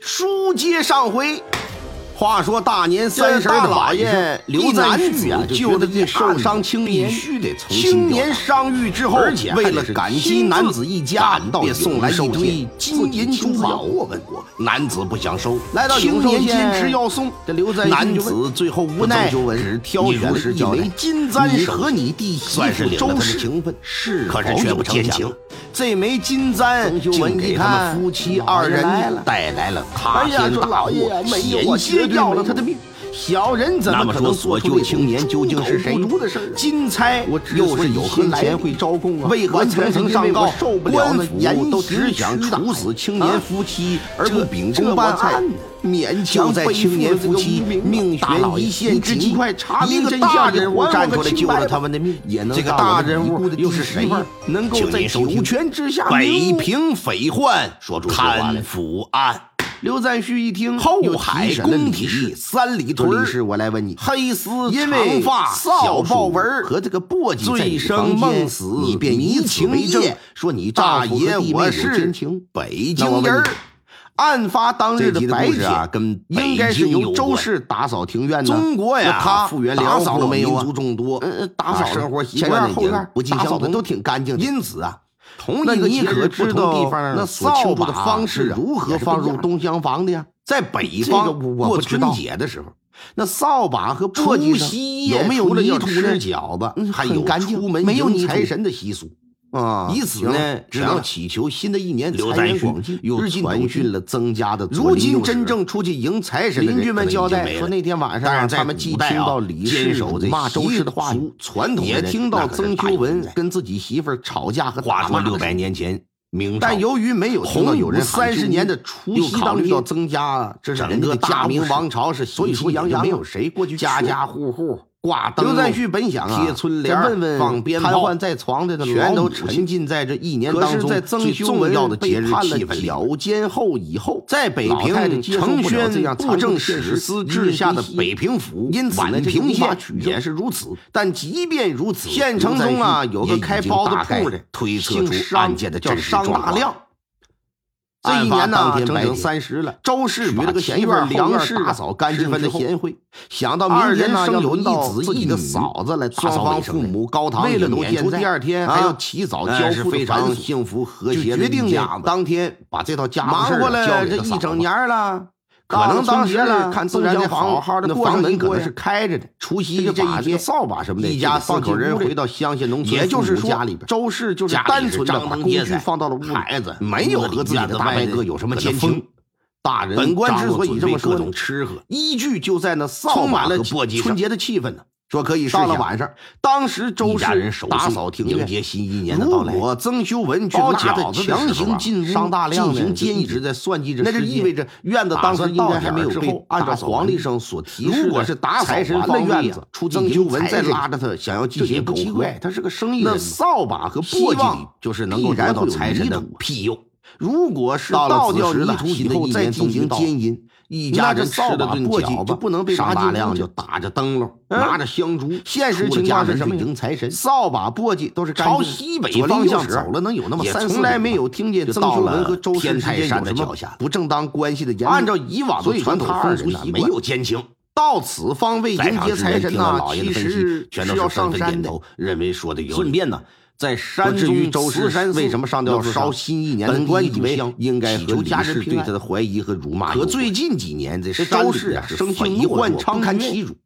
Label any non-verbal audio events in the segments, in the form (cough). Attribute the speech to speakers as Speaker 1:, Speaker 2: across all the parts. Speaker 1: 书接上回，话说大年三十
Speaker 2: 大
Speaker 1: 的
Speaker 2: 老
Speaker 1: 晚
Speaker 2: 爷
Speaker 1: 上，
Speaker 2: 刘赞
Speaker 1: 一
Speaker 2: 旭啊
Speaker 1: 男子
Speaker 2: 就觉
Speaker 1: 救
Speaker 2: 得
Speaker 1: 了
Speaker 2: 这
Speaker 1: 这
Speaker 2: 受
Speaker 1: 受
Speaker 2: 伤
Speaker 1: 伤
Speaker 2: 青
Speaker 1: 青
Speaker 2: 年
Speaker 1: 年，
Speaker 2: 青
Speaker 1: 青
Speaker 2: 年
Speaker 1: 年伤愈之后，
Speaker 2: 而且还
Speaker 1: 为
Speaker 2: 得
Speaker 1: 了
Speaker 2: 是
Speaker 1: 感激
Speaker 2: 亲
Speaker 1: 男
Speaker 2: 自
Speaker 1: 子一家
Speaker 2: 赶，到
Speaker 1: 便送来一
Speaker 2: 永寿
Speaker 1: 堆
Speaker 2: 县
Speaker 1: 金银珠宝。
Speaker 2: 自己亲自要过问过
Speaker 1: 男子不想收，
Speaker 2: 来到永
Speaker 1: 青
Speaker 2: 寿
Speaker 1: 年
Speaker 2: 县
Speaker 1: 坚持要送，
Speaker 2: 这刘赞旭
Speaker 1: 男
Speaker 2: 就问
Speaker 1: 子最后无
Speaker 2: 不
Speaker 1: 奈，
Speaker 2: 曾纠闻
Speaker 1: 只挑选了
Speaker 2: 你如
Speaker 1: 一
Speaker 2: 实交代
Speaker 1: 枚金簪
Speaker 2: 你
Speaker 1: 和你弟媳
Speaker 2: 算是
Speaker 1: 妇
Speaker 2: 领了
Speaker 1: 周
Speaker 2: 他的
Speaker 1: 氏
Speaker 2: 情分是
Speaker 1: 可是
Speaker 2: 否
Speaker 1: 却
Speaker 2: 有
Speaker 1: 不
Speaker 2: 成
Speaker 1: 见
Speaker 2: 想
Speaker 1: 情。这枚金簪
Speaker 2: 周秀文
Speaker 1: 竟给
Speaker 2: 一
Speaker 1: 他
Speaker 2: 看
Speaker 1: 们夫妻二人
Speaker 2: 嗯老爷来了
Speaker 1: 带来了塌
Speaker 2: 哎呀
Speaker 1: 天
Speaker 2: 说
Speaker 1: 大
Speaker 2: 老爷
Speaker 1: 祸
Speaker 2: 呀，没有我
Speaker 1: 险
Speaker 2: 绝
Speaker 1: 些
Speaker 2: 对
Speaker 1: 要
Speaker 2: 没
Speaker 1: 了
Speaker 2: 有
Speaker 1: 他的命。小人怎
Speaker 2: 那
Speaker 1: 么
Speaker 2: 么
Speaker 1: 可
Speaker 2: 说
Speaker 1: 能
Speaker 2: 所
Speaker 1: 做
Speaker 2: 救
Speaker 1: 出这
Speaker 2: 青年究竟是谁
Speaker 1: 出口不足的事儿啊金钗
Speaker 2: 我之
Speaker 1: 又
Speaker 2: 所
Speaker 1: 是
Speaker 2: 以
Speaker 1: 有何
Speaker 2: 先
Speaker 1: 来
Speaker 2: 前
Speaker 1: 历？
Speaker 2: 会招供啊
Speaker 1: 为何
Speaker 2: 完全
Speaker 1: 层
Speaker 2: 是
Speaker 1: 层
Speaker 2: 因为
Speaker 1: 上
Speaker 2: 我
Speaker 1: 告？
Speaker 2: 受不了
Speaker 1: 官
Speaker 2: 那严
Speaker 1: 府都只
Speaker 2: 刑
Speaker 1: 想处
Speaker 2: 驱打
Speaker 1: 死
Speaker 2: 呀
Speaker 1: 青年
Speaker 2: 啊
Speaker 1: 夫妻，而
Speaker 2: 这
Speaker 1: 不秉
Speaker 2: 这
Speaker 1: 公
Speaker 2: 我
Speaker 1: 办
Speaker 2: 才
Speaker 1: 案。勉
Speaker 2: 就
Speaker 1: 强
Speaker 2: 在
Speaker 1: 背
Speaker 2: 青
Speaker 1: 负
Speaker 2: 年
Speaker 1: 了这
Speaker 2: 夫
Speaker 1: 个
Speaker 2: 妻
Speaker 1: 污名
Speaker 2: 命
Speaker 1: 大
Speaker 2: 悬
Speaker 1: 老爷
Speaker 2: 一线
Speaker 1: 你
Speaker 2: 之
Speaker 1: 只
Speaker 2: 际，
Speaker 1: 尽快查
Speaker 2: 一
Speaker 1: 明
Speaker 2: 个
Speaker 1: 真
Speaker 2: 大
Speaker 1: 相
Speaker 2: 人
Speaker 1: 我
Speaker 2: 物
Speaker 1: 让
Speaker 2: 站
Speaker 1: 我
Speaker 2: 出来
Speaker 1: 清
Speaker 2: 救
Speaker 1: 白
Speaker 2: 了
Speaker 1: 了
Speaker 2: 他们的命，也能
Speaker 1: 这个
Speaker 2: 让我
Speaker 1: 大
Speaker 2: 们
Speaker 1: 人
Speaker 2: 遗孤
Speaker 1: 物
Speaker 2: 的
Speaker 1: 又
Speaker 2: 弟
Speaker 1: 是
Speaker 2: 媳
Speaker 1: 谁
Speaker 2: 妇儿能够
Speaker 1: 请
Speaker 2: 在
Speaker 1: 您收
Speaker 2: 九
Speaker 1: 听
Speaker 2: 泉之下
Speaker 1: 北
Speaker 2: 明
Speaker 1: 平匪患
Speaker 2: 说出实话来
Speaker 1: 贪腐案，
Speaker 2: 刘赞旭一听，
Speaker 1: 后
Speaker 2: 又
Speaker 1: 海
Speaker 2: 提审了
Speaker 1: 工
Speaker 2: 李氏
Speaker 1: 体三里
Speaker 2: 说
Speaker 1: 屯
Speaker 2: 李氏，我来问你，
Speaker 1: 黑丝
Speaker 2: 因
Speaker 1: 长
Speaker 2: 为
Speaker 1: 发
Speaker 2: 扫
Speaker 1: 小豹
Speaker 2: 帚
Speaker 1: 纹儿
Speaker 2: 和这个簸箕在
Speaker 1: 醉
Speaker 2: 你
Speaker 1: 生
Speaker 2: 房间
Speaker 1: 梦死，
Speaker 2: 你便以
Speaker 1: 迷
Speaker 2: 此
Speaker 1: 情
Speaker 2: 为证
Speaker 1: 夜，
Speaker 2: 说你
Speaker 1: 大
Speaker 2: 丈夫
Speaker 1: 爷
Speaker 2: 和弟妹
Speaker 1: 我
Speaker 2: 有
Speaker 1: 是
Speaker 2: 奸情。
Speaker 1: 北
Speaker 2: 那我
Speaker 1: 京
Speaker 2: 问
Speaker 1: 人儿
Speaker 2: 你。
Speaker 1: 案发当日
Speaker 2: 这
Speaker 1: 的
Speaker 2: 集的
Speaker 1: 白
Speaker 2: 故事
Speaker 1: 天
Speaker 2: 啊，跟北
Speaker 1: 应该是
Speaker 2: 京
Speaker 1: 由
Speaker 2: 有
Speaker 1: 周
Speaker 2: 关
Speaker 1: 氏打扫庭院呢。
Speaker 2: 中国呀
Speaker 1: 那他
Speaker 2: 幅员
Speaker 1: 打
Speaker 2: 辽
Speaker 1: 扫
Speaker 2: 阔
Speaker 1: 了没有啊
Speaker 2: 民族众多
Speaker 1: 嗯嗯打
Speaker 2: 啊
Speaker 1: 扫了
Speaker 2: 生活习
Speaker 1: 前
Speaker 2: 惯
Speaker 1: 院
Speaker 2: 呢
Speaker 1: 后
Speaker 2: 也
Speaker 1: 院
Speaker 2: 不尽
Speaker 1: 打
Speaker 2: 相
Speaker 1: 扫得
Speaker 2: 同
Speaker 1: 都挺干净的
Speaker 2: 因此啊，同
Speaker 1: 那
Speaker 2: 一个
Speaker 1: 你
Speaker 2: 节
Speaker 1: 可
Speaker 2: 日
Speaker 1: 知
Speaker 2: 不
Speaker 1: 道
Speaker 2: 同地方
Speaker 1: 那
Speaker 2: 所庆
Speaker 1: 扫
Speaker 2: 祝的
Speaker 1: 把
Speaker 2: 方式
Speaker 1: 啊
Speaker 2: 啊
Speaker 1: 是如何放入东厢房的呀？在北
Speaker 2: 这
Speaker 1: 方
Speaker 2: 个我
Speaker 1: 过
Speaker 2: 不知道
Speaker 1: 春节的时候，那扫把和簸
Speaker 2: 除
Speaker 1: 箕
Speaker 2: 夕
Speaker 1: 上
Speaker 2: 夜
Speaker 1: 有没有
Speaker 2: 除了
Speaker 1: 泥
Speaker 2: 要
Speaker 1: 土
Speaker 2: 吃
Speaker 1: 呢饺子，
Speaker 2: 嗯
Speaker 1: 还
Speaker 2: 很
Speaker 1: 有
Speaker 2: 干净
Speaker 1: 出门
Speaker 2: 没有
Speaker 1: 迎
Speaker 2: 泥土
Speaker 1: 财神的习俗。
Speaker 2: 啊，
Speaker 1: 以此
Speaker 2: 行
Speaker 1: 呢
Speaker 2: 了，
Speaker 1: 只
Speaker 2: 行了
Speaker 1: 能祈求新的一年
Speaker 2: 刘
Speaker 1: 财
Speaker 2: 丹
Speaker 1: 源
Speaker 2: 旭
Speaker 1: 广进，
Speaker 2: 又
Speaker 1: 日进
Speaker 2: 传
Speaker 1: 斗
Speaker 2: 讯
Speaker 1: 金了增加的左
Speaker 2: 如
Speaker 1: 邻
Speaker 2: 今
Speaker 1: 右
Speaker 2: 真
Speaker 1: 舍
Speaker 2: 正出去迎财神的人
Speaker 1: 邻居们
Speaker 2: 可能已
Speaker 1: 交
Speaker 2: 经
Speaker 1: 代
Speaker 2: 没
Speaker 1: 说，
Speaker 2: 了
Speaker 1: 那天晚
Speaker 2: 但
Speaker 1: 上
Speaker 2: 是在
Speaker 1: 他们既
Speaker 2: 古代
Speaker 1: 听
Speaker 2: 啊
Speaker 1: 到李
Speaker 2: 坚
Speaker 1: 氏
Speaker 2: 守这
Speaker 1: 骂周
Speaker 2: 习
Speaker 1: 氏的话语
Speaker 2: 俗，传统的
Speaker 1: 也
Speaker 2: 人
Speaker 1: 听到
Speaker 2: 那可是
Speaker 1: 曾
Speaker 2: 大
Speaker 1: 秋
Speaker 2: 有
Speaker 1: 文
Speaker 2: 人在
Speaker 1: 跟自己媳妇儿吵架和
Speaker 2: 话
Speaker 1: 打
Speaker 2: 说
Speaker 1: 骂
Speaker 2: 六
Speaker 1: 的声
Speaker 2: 百
Speaker 1: 音。
Speaker 2: 年前，明朝
Speaker 1: 但由于没有听到有人
Speaker 2: 红
Speaker 1: 三
Speaker 2: 五
Speaker 1: 十年的除夕当日要增加啊，这是人家的大明王朝是
Speaker 2: 所以说
Speaker 1: 洋
Speaker 2: 杨洋
Speaker 1: 没有谁过去家
Speaker 2: 家家
Speaker 1: 家户户挂灯。
Speaker 2: 笼
Speaker 1: 刘赞旭本想啊，
Speaker 2: 贴春联
Speaker 1: 再问问
Speaker 2: 放鞭炮
Speaker 1: 瘫痪在床的那
Speaker 2: 全
Speaker 1: 老
Speaker 2: 都
Speaker 1: 母
Speaker 2: 沉
Speaker 1: 亲浸在这一年
Speaker 2: 可
Speaker 1: 当
Speaker 2: 是
Speaker 1: 中
Speaker 2: 在
Speaker 1: 最
Speaker 2: 曾修
Speaker 1: 重要的
Speaker 2: 文
Speaker 1: 节日
Speaker 2: 被判了
Speaker 1: 气氛里。
Speaker 2: 绞
Speaker 1: 监后以后，在北
Speaker 2: 老太太
Speaker 1: 平
Speaker 2: 接受不了
Speaker 1: 承宣
Speaker 2: 这样残酷
Speaker 1: 布政
Speaker 2: 的现实
Speaker 1: 使司
Speaker 2: 一
Speaker 1: 治
Speaker 2: 面
Speaker 1: 下
Speaker 2: 之
Speaker 1: 的
Speaker 2: 息
Speaker 1: 北平府，
Speaker 2: 因此呢
Speaker 1: 宛
Speaker 2: 这就
Speaker 1: 平
Speaker 2: 无法
Speaker 1: 县
Speaker 2: 取证
Speaker 1: 也是如此。但即便如此，啊县城
Speaker 2: 刘赞
Speaker 1: 中啊
Speaker 2: 旭
Speaker 1: 有
Speaker 2: 也
Speaker 1: 个
Speaker 2: 已
Speaker 1: 开
Speaker 2: 经
Speaker 1: 包子
Speaker 2: 大概
Speaker 1: 铺的，
Speaker 2: 推测
Speaker 1: 姓
Speaker 2: 出
Speaker 1: 商
Speaker 2: 案件的
Speaker 1: 叫
Speaker 2: 真实
Speaker 1: 商
Speaker 2: 状
Speaker 1: 大
Speaker 2: 况
Speaker 1: 亮。这一
Speaker 2: 案发
Speaker 1: 年呢
Speaker 2: 当，天
Speaker 1: 整
Speaker 2: 白
Speaker 1: 整
Speaker 2: 天
Speaker 1: 三十了。周氏
Speaker 2: 把
Speaker 1: 把这个
Speaker 2: 前
Speaker 1: 前
Speaker 2: 院
Speaker 1: 院
Speaker 2: 后
Speaker 1: 粮
Speaker 2: 院
Speaker 1: 食
Speaker 2: 打扫干净
Speaker 1: 十分的
Speaker 2: 之后
Speaker 1: 贤惠。想到
Speaker 2: 二
Speaker 1: 明天
Speaker 2: 人呢
Speaker 1: 呢，
Speaker 2: 要
Speaker 1: 要有
Speaker 2: 轮
Speaker 1: 一
Speaker 2: 到
Speaker 1: 子
Speaker 2: 自己
Speaker 1: 一
Speaker 2: 的
Speaker 1: 个
Speaker 2: 嫂
Speaker 1: 嫂
Speaker 2: 子
Speaker 1: 子
Speaker 2: 来
Speaker 1: 来，
Speaker 2: 打扫
Speaker 1: 双
Speaker 2: 卫
Speaker 1: 方
Speaker 2: 生
Speaker 1: 父母高堂
Speaker 2: 为了
Speaker 1: 也都
Speaker 2: 年
Speaker 1: 健
Speaker 2: 初
Speaker 1: 在
Speaker 2: 第二天
Speaker 1: 啊
Speaker 2: 还要起早交
Speaker 1: 哎
Speaker 2: 付
Speaker 1: 是
Speaker 2: 的
Speaker 1: 非
Speaker 2: 繁
Speaker 1: 常
Speaker 2: 琐
Speaker 1: 幸福和
Speaker 2: 就
Speaker 1: 谐的
Speaker 2: 决定
Speaker 1: 一家
Speaker 2: 呀
Speaker 1: 子。当天把这套家
Speaker 2: 忙
Speaker 1: 务事
Speaker 2: 活
Speaker 1: 儿啊交
Speaker 2: 了
Speaker 1: 给
Speaker 2: 这
Speaker 1: 了嫂
Speaker 2: 一整
Speaker 1: 子。
Speaker 2: 年儿了，
Speaker 1: 可
Speaker 2: 到
Speaker 1: 能
Speaker 2: 了
Speaker 1: 当
Speaker 2: 春
Speaker 1: 时
Speaker 2: 节了，
Speaker 1: 了，
Speaker 2: 看
Speaker 1: 看
Speaker 2: 自
Speaker 1: 自
Speaker 2: 然
Speaker 1: 然
Speaker 2: 得
Speaker 1: 得
Speaker 2: 好
Speaker 1: 好
Speaker 2: 好
Speaker 1: 好
Speaker 2: 的
Speaker 1: 的
Speaker 2: 过
Speaker 1: 过
Speaker 2: 上
Speaker 1: 上
Speaker 2: 一
Speaker 1: 一
Speaker 2: 过
Speaker 1: 过
Speaker 2: 呀
Speaker 1: 呀。。开着的，除夕
Speaker 2: 这
Speaker 1: 这
Speaker 2: 把
Speaker 1: 一
Speaker 2: 这个
Speaker 1: 天，
Speaker 2: 扫把什么的，
Speaker 1: 一家四口人回
Speaker 2: 到
Speaker 1: 到乡下农村，
Speaker 2: 也就是说，
Speaker 1: 家里边，
Speaker 2: 周氏就是
Speaker 1: 家里
Speaker 2: 单纯的
Speaker 1: 张
Speaker 2: 把
Speaker 1: 灯
Speaker 2: 工具
Speaker 1: 结彩
Speaker 2: 放到了屋里，
Speaker 1: 孩子
Speaker 2: 没有和自己的大伯哥有什么奸
Speaker 1: 屋里
Speaker 2: 情
Speaker 1: 的。
Speaker 2: 大人
Speaker 1: 本官之所以这么
Speaker 2: 各
Speaker 1: 说呢
Speaker 2: 种吃喝，
Speaker 1: 依据就在那扫
Speaker 2: 充满
Speaker 1: 把
Speaker 2: 了
Speaker 1: 和簸箕
Speaker 2: 春
Speaker 1: 上。
Speaker 2: 节的气氛呢。
Speaker 1: 说可以
Speaker 2: 到
Speaker 1: 到
Speaker 2: 了
Speaker 1: 了
Speaker 2: 晚
Speaker 1: 晚
Speaker 2: 上
Speaker 1: 上，当时周
Speaker 2: 一家人
Speaker 1: 氏
Speaker 2: 守
Speaker 1: 打
Speaker 2: 岁
Speaker 1: 扫庭
Speaker 2: 迎
Speaker 1: 院，
Speaker 2: 接新一年的到
Speaker 1: 如
Speaker 2: 来。
Speaker 1: 果曾修文去
Speaker 2: 包
Speaker 1: 拉他
Speaker 2: 饺子的
Speaker 1: 强
Speaker 2: 时候
Speaker 1: 行
Speaker 2: 啊
Speaker 1: 进屋，
Speaker 2: 商大亮呢
Speaker 1: 进行
Speaker 2: 就
Speaker 1: 监
Speaker 2: 一
Speaker 1: 狱，
Speaker 2: 直在
Speaker 1: 算计
Speaker 2: 着
Speaker 1: 那就
Speaker 2: 时间
Speaker 1: 意味着院子
Speaker 2: 打
Speaker 1: 当时
Speaker 2: 算
Speaker 1: 应
Speaker 2: 到
Speaker 1: 该
Speaker 2: 点
Speaker 1: 还
Speaker 2: 儿
Speaker 1: 没有
Speaker 2: 之
Speaker 1: 被
Speaker 2: 后
Speaker 1: 按照
Speaker 2: 打扫
Speaker 1: 皇
Speaker 2: 完
Speaker 1: 历上所提示的，
Speaker 2: 如果是打扫
Speaker 1: 财神
Speaker 2: 完了
Speaker 1: 方位
Speaker 2: 院
Speaker 1: 啊
Speaker 2: 子，出去
Speaker 1: 曾
Speaker 2: 迎
Speaker 1: 修文
Speaker 2: 财
Speaker 1: 再
Speaker 2: 神
Speaker 1: 拉着他想要进
Speaker 2: 这也
Speaker 1: 行
Speaker 2: 不
Speaker 1: 苟
Speaker 2: 奇
Speaker 1: 合
Speaker 2: 怪，，他是个生意
Speaker 1: 那
Speaker 2: 人嘛。
Speaker 1: 扫把和
Speaker 2: 希
Speaker 1: 簸箕
Speaker 2: 望就是能
Speaker 1: 必
Speaker 2: 够得
Speaker 1: 然
Speaker 2: 到
Speaker 1: 会有
Speaker 2: 财神
Speaker 1: 泥
Speaker 2: 的
Speaker 1: 土
Speaker 2: 庇佑。
Speaker 1: 如果是
Speaker 2: 到了
Speaker 1: 倒
Speaker 2: 子
Speaker 1: 掉
Speaker 2: 时
Speaker 1: 泥
Speaker 2: 了
Speaker 1: 土
Speaker 2: 以
Speaker 1: 以
Speaker 2: 后
Speaker 1: 后
Speaker 2: 再
Speaker 1: 再进
Speaker 2: 进行
Speaker 1: 行
Speaker 2: 奸
Speaker 1: 奸淫，一
Speaker 2: 那
Speaker 1: 家
Speaker 2: 这
Speaker 1: 人
Speaker 2: 扫
Speaker 1: 吃了
Speaker 2: 把
Speaker 1: 顿
Speaker 2: 簸箕
Speaker 1: 饺
Speaker 2: 就
Speaker 1: 子
Speaker 2: 不能被
Speaker 1: 沙
Speaker 2: 拉进
Speaker 1: 大
Speaker 2: 屋
Speaker 1: 亮
Speaker 2: 去
Speaker 1: 就打着灯笼，拿着香烛，
Speaker 2: 现实
Speaker 1: 出了
Speaker 2: 情
Speaker 1: 家
Speaker 2: 况是
Speaker 1: 门
Speaker 2: 什么
Speaker 1: 去
Speaker 2: 呀
Speaker 1: 迎财神，
Speaker 2: 扫把簸箕都是干
Speaker 1: 朝
Speaker 2: 净的
Speaker 1: 西北
Speaker 2: 左邻
Speaker 1: 方
Speaker 2: 右
Speaker 1: 向
Speaker 2: 舍
Speaker 1: 走了能有那么
Speaker 2: 也
Speaker 1: 三四
Speaker 2: 从来
Speaker 1: 里
Speaker 2: 没
Speaker 1: 吧
Speaker 2: 有听见
Speaker 1: 就
Speaker 2: 曾
Speaker 1: 到
Speaker 2: 修文
Speaker 1: 了
Speaker 2: 和周氏
Speaker 1: 天
Speaker 2: 之
Speaker 1: 泰
Speaker 2: 间
Speaker 1: 山
Speaker 2: 有
Speaker 1: 的
Speaker 2: 什么
Speaker 1: 脚下
Speaker 2: 不正当关系的言论。
Speaker 1: 按照以往
Speaker 2: 所
Speaker 1: 的
Speaker 2: 以说
Speaker 1: 传统
Speaker 2: 他
Speaker 1: 风
Speaker 2: 二人
Speaker 1: 俗
Speaker 2: 呐
Speaker 1: 习
Speaker 2: 没
Speaker 1: 惯
Speaker 2: 有，奸情。
Speaker 1: 到此方位
Speaker 2: 在
Speaker 1: 迎
Speaker 2: 场
Speaker 1: 接
Speaker 2: 之
Speaker 1: 财
Speaker 2: 人
Speaker 1: 神
Speaker 2: 听
Speaker 1: 呐
Speaker 2: 了、老爷的
Speaker 1: 其
Speaker 2: 分析
Speaker 1: 实，
Speaker 2: 全都
Speaker 1: 是要
Speaker 2: 纷
Speaker 1: 上
Speaker 2: 纷
Speaker 1: 山
Speaker 2: 点
Speaker 1: 的。
Speaker 2: 头，认为说的有理。
Speaker 1: 顺便呢，在山
Speaker 2: 至于
Speaker 1: 中
Speaker 2: 周氏
Speaker 1: 四山
Speaker 2: 为什么上吊
Speaker 1: 要
Speaker 2: 自杀
Speaker 1: 烧新一年的
Speaker 2: 本官
Speaker 1: 第一
Speaker 2: 以
Speaker 1: 炷
Speaker 2: 为
Speaker 1: 香，
Speaker 2: 应该
Speaker 1: 祈
Speaker 2: 和
Speaker 1: 求
Speaker 2: 李
Speaker 1: 家人
Speaker 2: 氏
Speaker 1: 平
Speaker 2: 对
Speaker 1: 安
Speaker 2: 他的怀疑和辱骂有
Speaker 1: 可
Speaker 2: 关。
Speaker 1: 最近几年，这
Speaker 2: 这
Speaker 1: 山
Speaker 2: 周
Speaker 1: 里
Speaker 2: 氏啊
Speaker 1: 啊，是
Speaker 2: 生性
Speaker 1: 匪
Speaker 2: 懦
Speaker 1: 患
Speaker 2: 弱
Speaker 1: 常
Speaker 2: 不堪
Speaker 1: 曰
Speaker 2: 其辱，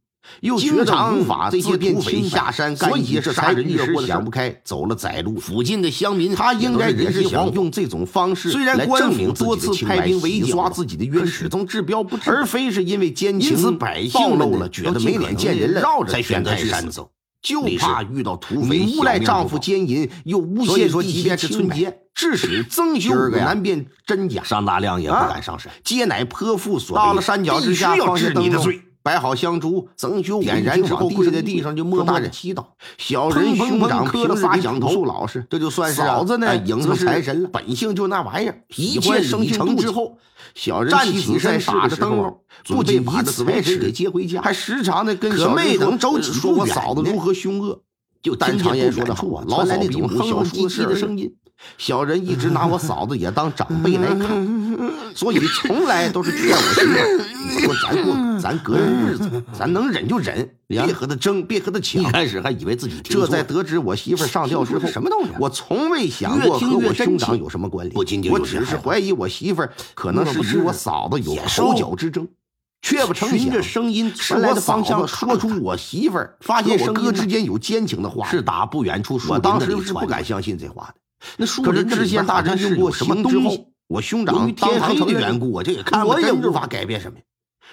Speaker 1: 又
Speaker 2: 经
Speaker 1: 觉得
Speaker 2: 常
Speaker 1: 无法
Speaker 2: 这
Speaker 1: 这
Speaker 2: 些
Speaker 1: 些
Speaker 2: 土
Speaker 1: 便
Speaker 2: 匪
Speaker 1: 亲
Speaker 2: 下
Speaker 1: 下
Speaker 2: 山
Speaker 1: 山
Speaker 2: 干
Speaker 1: 干
Speaker 2: 一
Speaker 1: 一
Speaker 2: 些
Speaker 1: 些
Speaker 2: 这
Speaker 1: 这
Speaker 2: 杀
Speaker 1: 杀
Speaker 2: 人
Speaker 1: 人
Speaker 2: 越
Speaker 1: 越
Speaker 2: 货
Speaker 1: 货
Speaker 2: 的
Speaker 1: 的
Speaker 2: 想
Speaker 1: 想
Speaker 2: 不
Speaker 1: 不
Speaker 2: 开，走了窄路。
Speaker 1: 附近的乡民，他
Speaker 2: 他应
Speaker 1: 应
Speaker 2: 该
Speaker 1: 该
Speaker 2: 人
Speaker 1: 人
Speaker 2: 是
Speaker 1: 是
Speaker 2: 想
Speaker 1: 想
Speaker 2: 用
Speaker 1: 用
Speaker 2: 这
Speaker 1: 这
Speaker 2: 种
Speaker 1: 种
Speaker 2: 方
Speaker 1: 方
Speaker 2: 式
Speaker 1: 式
Speaker 2: 来
Speaker 1: 来
Speaker 2: 证
Speaker 1: 证
Speaker 2: 明
Speaker 1: 明
Speaker 2: 自
Speaker 1: 自
Speaker 2: 己
Speaker 1: 己的清
Speaker 2: 的清白
Speaker 1: 白
Speaker 2: 洗
Speaker 1: 洗
Speaker 2: 刷
Speaker 1: 刷
Speaker 2: 自
Speaker 1: 自己
Speaker 2: 己的
Speaker 1: 的
Speaker 2: 冤
Speaker 1: 冤
Speaker 2: 屈
Speaker 1: 屈，始终治标不治。
Speaker 2: 而非是因为奸情
Speaker 1: 因此百姓
Speaker 2: 暴
Speaker 1: 们
Speaker 2: 露了，
Speaker 1: 呢
Speaker 2: 觉
Speaker 1: 都
Speaker 2: 得
Speaker 1: 尽
Speaker 2: 没
Speaker 1: 可
Speaker 2: 脸
Speaker 1: 能
Speaker 2: 见
Speaker 1: 地
Speaker 2: 人了，
Speaker 1: 绕着
Speaker 2: 才
Speaker 1: 天
Speaker 2: 选择
Speaker 1: 台
Speaker 2: 去
Speaker 1: 山
Speaker 2: 山
Speaker 1: 走
Speaker 2: 走，就
Speaker 1: 李氏
Speaker 2: 怕遇到土匪。
Speaker 1: 你诬赖丈夫
Speaker 2: 奸，
Speaker 1: 奸淫，又诬
Speaker 2: 所以
Speaker 1: 陷
Speaker 2: 说
Speaker 1: 弟
Speaker 2: 即
Speaker 1: 媳
Speaker 2: 便是
Speaker 1: 清
Speaker 2: 春
Speaker 1: 白
Speaker 2: 节，
Speaker 1: 致使曾修
Speaker 2: 今儿个呀
Speaker 1: 难辨真假。
Speaker 2: 商大亮也不
Speaker 1: 啊
Speaker 2: 敢上山。
Speaker 1: 皆乃泼妇所为。
Speaker 2: 到了山脚之下
Speaker 1: 必须要
Speaker 2: 放下
Speaker 1: 治你的
Speaker 2: 灯笼
Speaker 1: 罪。摆好香烛，曾修点燃之后
Speaker 2: 跪
Speaker 1: 跪
Speaker 2: 在
Speaker 1: 在
Speaker 2: 地
Speaker 1: 地
Speaker 2: 上
Speaker 1: 上
Speaker 2: 就
Speaker 1: 就
Speaker 2: 默
Speaker 1: 默
Speaker 2: 默
Speaker 1: 默
Speaker 2: 地
Speaker 1: 地
Speaker 2: 祈
Speaker 1: 祈
Speaker 2: 祷
Speaker 1: 祷。小
Speaker 2: 人
Speaker 1: 人
Speaker 2: 兄
Speaker 1: 兄
Speaker 2: 长
Speaker 1: 长
Speaker 2: 平
Speaker 1: 磕
Speaker 2: 日
Speaker 1: 了
Speaker 2: 里
Speaker 1: 仨响
Speaker 2: 不
Speaker 1: 头，
Speaker 2: 老
Speaker 1: 老
Speaker 2: 实
Speaker 1: 实，这就算是啊哎
Speaker 2: 嫂子呢
Speaker 1: 迎
Speaker 2: 则
Speaker 1: 合
Speaker 2: 是
Speaker 1: 财神了，
Speaker 2: 本性就那玩意儿
Speaker 1: 一
Speaker 2: 喜欢
Speaker 1: 见生
Speaker 2: 理
Speaker 1: 性
Speaker 2: 成
Speaker 1: 妒
Speaker 2: 之
Speaker 1: 忌
Speaker 2: 后，
Speaker 1: 小人
Speaker 2: 站
Speaker 1: 起
Speaker 2: 起身
Speaker 1: 身
Speaker 2: 打
Speaker 1: 打
Speaker 2: 着
Speaker 1: 着
Speaker 2: 灯
Speaker 1: 灯
Speaker 2: 笼
Speaker 1: 笼，不
Speaker 2: 准备
Speaker 1: 仅
Speaker 2: 把
Speaker 1: 把
Speaker 2: 这
Speaker 1: 这
Speaker 2: 财
Speaker 1: 财
Speaker 2: 神
Speaker 1: 神
Speaker 2: 给
Speaker 1: 给
Speaker 2: 接
Speaker 1: 接
Speaker 2: 回
Speaker 1: 回
Speaker 2: 家
Speaker 1: 家，还时常的跟
Speaker 2: 可
Speaker 1: 小
Speaker 2: 没
Speaker 1: 妹
Speaker 2: 等
Speaker 1: 等
Speaker 2: 周
Speaker 1: 周
Speaker 2: 几
Speaker 1: 几
Speaker 2: 步
Speaker 1: 说我
Speaker 2: 远
Speaker 1: 嫂子
Speaker 2: 呢
Speaker 1: 如何凶恶。
Speaker 2: 就
Speaker 1: 但
Speaker 2: 听见
Speaker 1: 常言
Speaker 2: 不
Speaker 1: 说
Speaker 2: 远
Speaker 1: 的
Speaker 2: 处
Speaker 1: 好
Speaker 2: 啊，
Speaker 1: 老
Speaker 2: 传
Speaker 1: 嫂
Speaker 2: 来那
Speaker 1: 比
Speaker 2: 种
Speaker 1: 我们
Speaker 2: 哼
Speaker 1: 小
Speaker 2: 哼
Speaker 1: 叔
Speaker 2: 唧
Speaker 1: 的
Speaker 2: 唧的
Speaker 1: 声
Speaker 2: 声
Speaker 1: 音
Speaker 2: 音，小人一直拿我嫂子也当长辈来看，
Speaker 1: (laughs)
Speaker 2: 所以从来都是劝我媳妇儿：“你说咱过咱隔着日子，咱能忍就忍，别和他争，别和他抢。”
Speaker 1: 一开始还以为自己听
Speaker 2: 这
Speaker 1: 错
Speaker 2: 在
Speaker 1: 了
Speaker 2: 得知我媳妇儿上吊之后，
Speaker 1: 听说什么东西啊
Speaker 2: 我从未想过和我兄长有什么关联，
Speaker 1: 不仅仅
Speaker 2: 我
Speaker 1: 有些
Speaker 2: 只是怀疑我媳妇儿可能是与我嫂子有口角之争。却不成
Speaker 1: 循
Speaker 2: 想，
Speaker 1: 着声音
Speaker 2: 是
Speaker 1: 传来
Speaker 2: 我
Speaker 1: 的
Speaker 2: 嫂
Speaker 1: 方向
Speaker 2: 子说出我媳妇儿发现
Speaker 1: 和
Speaker 2: 我
Speaker 1: 我
Speaker 2: 哥
Speaker 1: 哥
Speaker 2: 之
Speaker 1: 之
Speaker 2: 间有奸情的话，
Speaker 1: 是打不远处树
Speaker 2: 我
Speaker 1: 林
Speaker 2: 当
Speaker 1: 的
Speaker 2: 时
Speaker 1: 里
Speaker 2: 是
Speaker 1: 窜
Speaker 2: 不敢
Speaker 1: 的
Speaker 2: 相信这话的。
Speaker 1: 那树
Speaker 2: 可是
Speaker 1: 林
Speaker 2: 知县大人经
Speaker 1: 是
Speaker 2: 过
Speaker 1: 有什么
Speaker 2: 行之
Speaker 1: 东西
Speaker 2: 后，，我兄
Speaker 1: 由
Speaker 2: 长
Speaker 1: 于
Speaker 2: 当
Speaker 1: 天
Speaker 2: 堂
Speaker 1: 黑
Speaker 2: 承
Speaker 1: 的
Speaker 2: 认
Speaker 1: 缘故，我这也看不
Speaker 2: 我也
Speaker 1: 真着
Speaker 2: 无法
Speaker 1: 了
Speaker 2: 改变什么。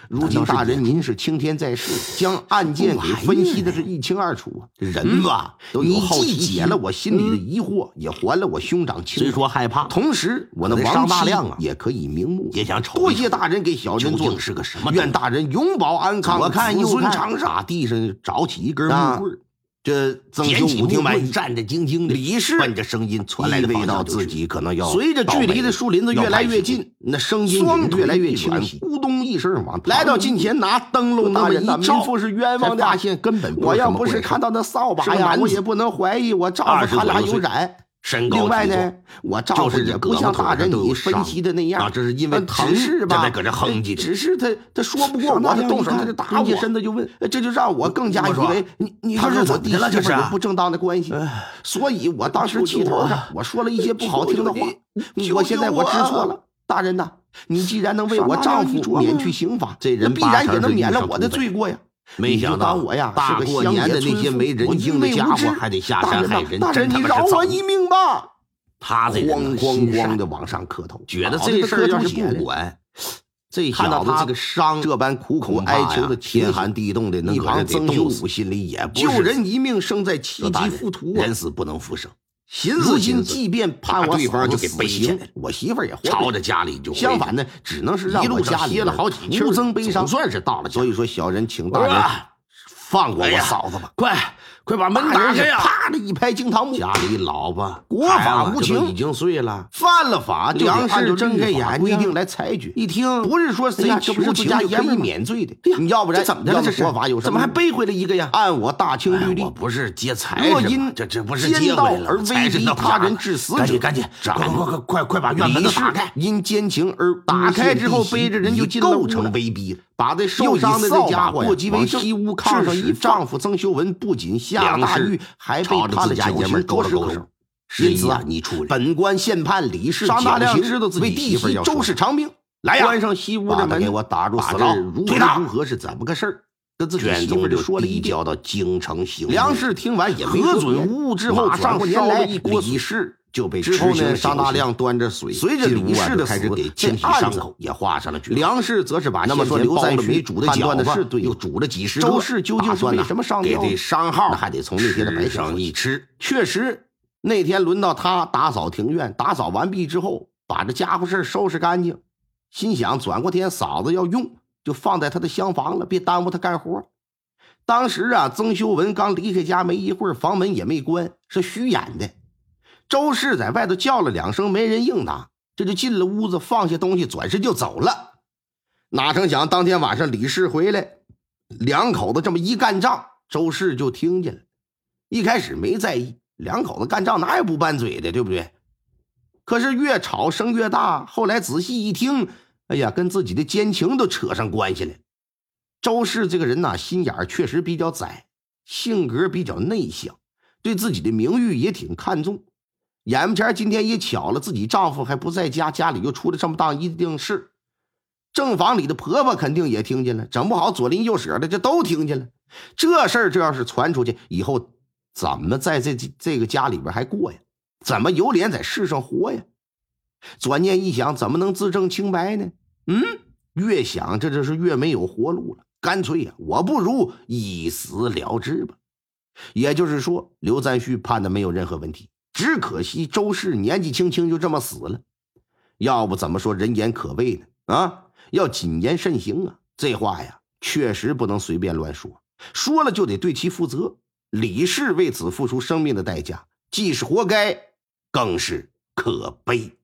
Speaker 2: 如
Speaker 1: 难
Speaker 2: 今
Speaker 1: 道是
Speaker 2: 大
Speaker 1: 野
Speaker 2: 人您是青天在世， (laughs) 将案件给分析的是一清二楚啊。人吧，
Speaker 1: 都有
Speaker 2: 你
Speaker 1: 好奇
Speaker 2: 既
Speaker 1: 心
Speaker 2: 解了我心里的疑惑，也还了我兄长清
Speaker 1: 虽
Speaker 2: 白。
Speaker 1: 说害怕，
Speaker 2: 同时，我那
Speaker 1: 可得
Speaker 2: 王
Speaker 1: 上大
Speaker 2: 妻
Speaker 1: 量啊
Speaker 2: 也可以瞑目，
Speaker 1: 也想瞅一
Speaker 2: 多
Speaker 1: 瞅
Speaker 2: 谢大人给小人
Speaker 1: 究
Speaker 2: 做
Speaker 1: 竟
Speaker 2: 主
Speaker 1: 是个什么
Speaker 2: 愿
Speaker 1: 东
Speaker 2: 大人永保安康，
Speaker 1: 左看
Speaker 2: 子
Speaker 1: 右
Speaker 2: 孙
Speaker 1: 看
Speaker 2: 长寿。
Speaker 1: 打地上找起一根
Speaker 2: 啊
Speaker 1: 木棍儿，
Speaker 2: 这曾
Speaker 1: 捡
Speaker 2: 修
Speaker 1: 起
Speaker 2: 武
Speaker 1: 木
Speaker 2: 听完
Speaker 1: 棍，战战兢兢的，
Speaker 2: 李氏
Speaker 1: 奔着声音传来
Speaker 2: 意
Speaker 1: 的
Speaker 2: 味
Speaker 1: 方
Speaker 2: 到
Speaker 1: 向就
Speaker 2: 自
Speaker 1: 是。
Speaker 2: 己可能要
Speaker 1: 随着距离的树林子越来越近，
Speaker 2: 那声音
Speaker 1: 双
Speaker 2: 也越来
Speaker 1: 腿
Speaker 2: 越
Speaker 1: 一
Speaker 2: 清
Speaker 1: 软
Speaker 2: 晰。咕咚一声往
Speaker 1: 来到近
Speaker 2: 前，拿灯笼
Speaker 1: 大
Speaker 2: 大
Speaker 1: 人
Speaker 2: 人呐，
Speaker 1: 呐
Speaker 2: 民
Speaker 1: 民
Speaker 2: 妇
Speaker 1: 妇
Speaker 2: 是冤枉
Speaker 1: 枉
Speaker 2: 的，
Speaker 1: 的
Speaker 2: 发现根本
Speaker 1: 我
Speaker 2: 我
Speaker 1: 要
Speaker 2: 要
Speaker 1: 不
Speaker 2: 不
Speaker 1: 是
Speaker 2: 是看
Speaker 1: 看
Speaker 2: 到那扫
Speaker 1: 把
Speaker 2: 把
Speaker 1: 呀
Speaker 2: 呀，我
Speaker 1: 我
Speaker 2: 也
Speaker 1: 也
Speaker 2: 不能怀疑我丈夫
Speaker 1: 夫他
Speaker 2: 他俩
Speaker 1: 俩
Speaker 2: 有
Speaker 1: 有
Speaker 2: 染。
Speaker 1: 身高
Speaker 2: 另外
Speaker 1: 体
Speaker 2: 呢
Speaker 1: 重，
Speaker 2: 我丈夫也不像大人你分析的那样，
Speaker 1: 啊这是因为
Speaker 2: 嗯
Speaker 1: 疼
Speaker 2: 只是吧，
Speaker 1: 这在搁这哼唧着
Speaker 2: 只是他他说不过
Speaker 1: 上
Speaker 2: 我，
Speaker 1: 大
Speaker 2: 他
Speaker 1: 量
Speaker 2: 动手
Speaker 1: 一
Speaker 2: 他
Speaker 1: 看
Speaker 2: 就打
Speaker 1: 蹲
Speaker 2: 我，
Speaker 1: 下身
Speaker 2: 子就问，这就让我更加以
Speaker 1: 我说
Speaker 2: 为你你
Speaker 1: 他
Speaker 2: 这是
Speaker 1: 说怎
Speaker 2: 我
Speaker 1: 么
Speaker 2: 弟
Speaker 1: 的了
Speaker 2: 媳
Speaker 1: 这
Speaker 2: 妇
Speaker 1: 是
Speaker 2: 有
Speaker 1: 啊哎
Speaker 2: 不正当的关系，所以我当时
Speaker 1: 求求
Speaker 2: 气头
Speaker 1: 我
Speaker 2: 上，我说了一些不好听的话嗯
Speaker 1: 求求你，
Speaker 2: 我
Speaker 1: 求
Speaker 2: 现在
Speaker 1: 求
Speaker 2: 我
Speaker 1: 我
Speaker 2: 知错了，大人呐，你既然能为我丈
Speaker 1: 上大量一
Speaker 2: 夫
Speaker 1: 琢磨
Speaker 2: 免去刑罚，
Speaker 1: 啊这人
Speaker 2: 那必然
Speaker 1: 八
Speaker 2: 也
Speaker 1: 成
Speaker 2: 能
Speaker 1: 是
Speaker 2: 免
Speaker 1: 遇
Speaker 2: 了
Speaker 1: 上
Speaker 2: 我的
Speaker 1: 土匪
Speaker 2: 罪过呀。
Speaker 1: 没想到
Speaker 2: 你就当我呀，
Speaker 1: 大
Speaker 2: 是个
Speaker 1: 过
Speaker 2: 乡
Speaker 1: 年
Speaker 2: 野
Speaker 1: 的那
Speaker 2: 村
Speaker 1: 些
Speaker 2: 妇
Speaker 1: 没人
Speaker 2: 我
Speaker 1: 性
Speaker 2: 愚
Speaker 1: 的
Speaker 2: 昧
Speaker 1: 家
Speaker 2: 无知
Speaker 1: 伙还得下
Speaker 2: 大
Speaker 1: 山
Speaker 2: 人呐
Speaker 1: 害人
Speaker 2: 大
Speaker 1: 真
Speaker 2: 人你
Speaker 1: 他妈是哎
Speaker 2: 饶我
Speaker 1: 造
Speaker 2: 一命吧！
Speaker 1: 他这人
Speaker 2: 咣
Speaker 1: 呢
Speaker 2: 咣咣
Speaker 1: 心
Speaker 2: 的
Speaker 1: 善
Speaker 2: 往上磕头，
Speaker 1: 觉得
Speaker 2: 脑袋
Speaker 1: 这
Speaker 2: 都
Speaker 1: 事
Speaker 2: 磕
Speaker 1: 儿要
Speaker 2: 出
Speaker 1: 是
Speaker 2: 血来
Speaker 1: 不管，这
Speaker 2: 看
Speaker 1: 小
Speaker 2: 到
Speaker 1: 子
Speaker 2: 他
Speaker 1: 这个伤，
Speaker 2: 这般苦苦
Speaker 1: 恐怕
Speaker 2: 哀
Speaker 1: 呀
Speaker 2: 求的
Speaker 1: 天寒地
Speaker 2: 冻的
Speaker 1: 能
Speaker 2: 一
Speaker 1: 搁
Speaker 2: 旁
Speaker 1: 这得
Speaker 2: 曾
Speaker 1: 冻
Speaker 2: 修
Speaker 1: 死
Speaker 2: 武心里也不
Speaker 1: 救
Speaker 2: 是
Speaker 1: 人
Speaker 2: 一命胜在
Speaker 1: 这
Speaker 2: 七
Speaker 1: 大
Speaker 2: 级
Speaker 1: 人
Speaker 2: 浮屠啊！
Speaker 1: 人死不能复生，
Speaker 2: 寻
Speaker 1: 如
Speaker 2: 思
Speaker 1: 今
Speaker 2: 寻
Speaker 1: 即
Speaker 2: 思，即便判
Speaker 1: 把
Speaker 2: 我
Speaker 1: 对方
Speaker 2: 嫂子
Speaker 1: 就给
Speaker 2: 死
Speaker 1: 背起
Speaker 2: 刑
Speaker 1: 来，
Speaker 2: 我媳妇儿也活不
Speaker 1: 朝
Speaker 2: 了
Speaker 1: 着家里就回
Speaker 2: 相
Speaker 1: 去
Speaker 2: 反呢，只能是让
Speaker 1: 一
Speaker 2: 我
Speaker 1: 路
Speaker 2: 家
Speaker 1: 上
Speaker 2: 里
Speaker 1: 歇了好几气儿
Speaker 2: 徒增悲伤，
Speaker 1: 总算是到了家
Speaker 2: 所以说，小人请大人
Speaker 1: 啊
Speaker 2: 放过
Speaker 1: 哎
Speaker 2: 我
Speaker 1: 呀
Speaker 2: 嫂子吧。
Speaker 1: 快快把门
Speaker 2: 大
Speaker 1: 打
Speaker 2: 人
Speaker 1: 开
Speaker 2: 是
Speaker 1: 呀！
Speaker 2: 啪的一拍惊堂木，
Speaker 1: 家里老婆
Speaker 2: 国
Speaker 1: 孩子
Speaker 2: 法无
Speaker 1: 这不
Speaker 2: 情
Speaker 1: 已经碎了。
Speaker 2: 犯了法，
Speaker 1: 就得
Speaker 2: 粮
Speaker 1: 按
Speaker 2: 食
Speaker 1: 照
Speaker 2: 睁
Speaker 1: 律法
Speaker 2: 开
Speaker 1: 规
Speaker 2: 眼规
Speaker 1: 定
Speaker 2: 定来裁决。
Speaker 1: 一听
Speaker 2: 哎不是说谁
Speaker 1: 哎呀
Speaker 2: 求
Speaker 1: 这不是
Speaker 2: 自
Speaker 1: 自家
Speaker 2: 家爷
Speaker 1: 爷
Speaker 2: 们
Speaker 1: 们
Speaker 2: 儿
Speaker 1: 儿吗
Speaker 2: 免罪的
Speaker 1: 哎呀，
Speaker 2: 你要不然
Speaker 1: 这怎么的了
Speaker 2: 要是
Speaker 1: 这是
Speaker 2: 国法有什
Speaker 1: 怎么还背回
Speaker 2: 来一个呀？按我大清律
Speaker 1: 哎
Speaker 2: 例
Speaker 1: 我，不是劫财
Speaker 2: 若
Speaker 1: 神
Speaker 2: 因
Speaker 1: 呐这这不是
Speaker 2: 奸
Speaker 1: 接
Speaker 2: 盗
Speaker 1: 回来了
Speaker 2: 而
Speaker 1: 财
Speaker 2: 威
Speaker 1: 神
Speaker 2: 逼
Speaker 1: 到
Speaker 2: 他
Speaker 1: 家
Speaker 2: 人
Speaker 1: 了
Speaker 2: 致死
Speaker 1: 赶
Speaker 2: 者
Speaker 1: 紧赶紧，
Speaker 2: 掌
Speaker 1: 赶紧快快快快把院
Speaker 2: 李
Speaker 1: 门都
Speaker 2: 氏
Speaker 1: 打开。
Speaker 2: 啊因奸情而打开之后，背着人就进了
Speaker 1: 构
Speaker 2: 屋
Speaker 1: 成
Speaker 2: 了
Speaker 1: 威逼，
Speaker 2: 把这受伤的这家伙呀
Speaker 1: 又以扫把过继为
Speaker 2: 往
Speaker 1: 证
Speaker 2: 西屋炕上
Speaker 1: 致
Speaker 2: 一
Speaker 1: 使
Speaker 2: 丈夫曾修文不仅下大狱
Speaker 1: 粮食，
Speaker 2: 还被
Speaker 1: 朝着
Speaker 2: 判
Speaker 1: 自
Speaker 2: 了
Speaker 1: 家
Speaker 2: 绞
Speaker 1: 爷们儿
Speaker 2: 刑
Speaker 1: 勾
Speaker 2: 多
Speaker 1: 了
Speaker 2: 十
Speaker 1: 勾
Speaker 2: 口
Speaker 1: 手。
Speaker 2: 因此啊
Speaker 1: 是，你出来
Speaker 2: 本官现判李氏
Speaker 1: 张大
Speaker 2: 绞
Speaker 1: 亮
Speaker 2: 刑
Speaker 1: 知道自己
Speaker 2: 为弟
Speaker 1: 媳妇儿
Speaker 2: 媳
Speaker 1: 要
Speaker 2: 周
Speaker 1: 说
Speaker 2: 氏偿命。来啊
Speaker 1: 呀
Speaker 2: 关上西屋的
Speaker 1: 把他
Speaker 2: 门，
Speaker 1: 给我打入
Speaker 2: 把
Speaker 1: 死
Speaker 2: 这
Speaker 1: 牢
Speaker 2: 如
Speaker 1: 推
Speaker 2: 何
Speaker 1: 他
Speaker 2: 如何是怎么个事儿？跟自己
Speaker 1: 卷
Speaker 2: 媳妇
Speaker 1: 宗
Speaker 2: 儿就
Speaker 1: 就
Speaker 2: 说了一
Speaker 1: 递
Speaker 2: 遍。
Speaker 1: 交到京城刑部。
Speaker 2: 梁氏听完也没
Speaker 1: 核
Speaker 2: 说
Speaker 1: 准
Speaker 2: 别的
Speaker 1: 无误之后，
Speaker 2: 马上
Speaker 1: 转过
Speaker 2: 烧
Speaker 1: 年
Speaker 2: 了
Speaker 1: 来
Speaker 2: 一锅
Speaker 1: 李氏就被
Speaker 2: 之后
Speaker 1: 执行
Speaker 2: 呢，
Speaker 1: 了
Speaker 2: 张大
Speaker 1: 绞刑
Speaker 2: 亮端着水，
Speaker 1: 随着
Speaker 2: 进
Speaker 1: 李
Speaker 2: 屋啊
Speaker 1: 氏
Speaker 2: 就
Speaker 1: 的
Speaker 2: 开始
Speaker 1: 死
Speaker 2: 给
Speaker 1: 这
Speaker 2: 清洗
Speaker 1: 案
Speaker 2: 伤
Speaker 1: 子
Speaker 2: 口。
Speaker 1: 也画上了句号。
Speaker 2: 梁氏则是把
Speaker 1: 那么说刘
Speaker 2: 刘
Speaker 1: 在
Speaker 2: 在
Speaker 1: 徐
Speaker 2: 徐
Speaker 1: 煮的
Speaker 2: 判
Speaker 1: 饺
Speaker 2: 断的
Speaker 1: 子
Speaker 2: 是对的，
Speaker 1: 又煮了几十个，
Speaker 2: 周氏究竟是
Speaker 1: 打算
Speaker 2: 为
Speaker 1: 呐
Speaker 2: 什么上
Speaker 1: 给
Speaker 2: 吊呢？
Speaker 1: 这伤号
Speaker 2: 那还得从那天的白小
Speaker 1: 上一吃。
Speaker 2: 确实，那天轮到他打扫庭院，打扫完毕之后，把这家伙事儿收拾干净，心想转过天嫂子要用，就放在他的厢房了，别耽误他干活。当时啊，曾修文刚离开家没一会儿，房门也没关，是虚掩的。周氏在外头叫了两声，没人应答，这就进了屋子，放下东西，转身就走了。哪成想，当天晚上李氏回来，两口子这么一干仗，周氏就听见了。一开始没在意，两口子干仗哪有不拌嘴的，对不对？可是越吵声越大，后来仔细一听，哎呀，跟自己的奸情都扯上关系了。周氏这个人呐、心眼儿确实比较窄，性格比较内向，对自己的名誉也挺看重。眼巴前儿今天也巧了，自己丈夫还不在家，家里又出了这么档一定事，正房里的婆婆肯定也听见了，整不好左邻右舍的这都听见了。这事儿这要是传出去以后，怎么在这这这个家里边还过呀？怎么有脸在世上活呀？转念一想，怎么能自证清白呢？嗯，越想这就是越没有活路了。干脆呀、我不如一死了之吧。也就是说，刘赞旭判的没有任何问题，只可惜周氏年纪轻轻就这么死了。要不怎么说人言可畏呢？啊，要谨言慎行啊！这话呀，确实不能随便乱说，说了就得对其负责。李氏为此付出生命的代价，既是活该，更是可悲。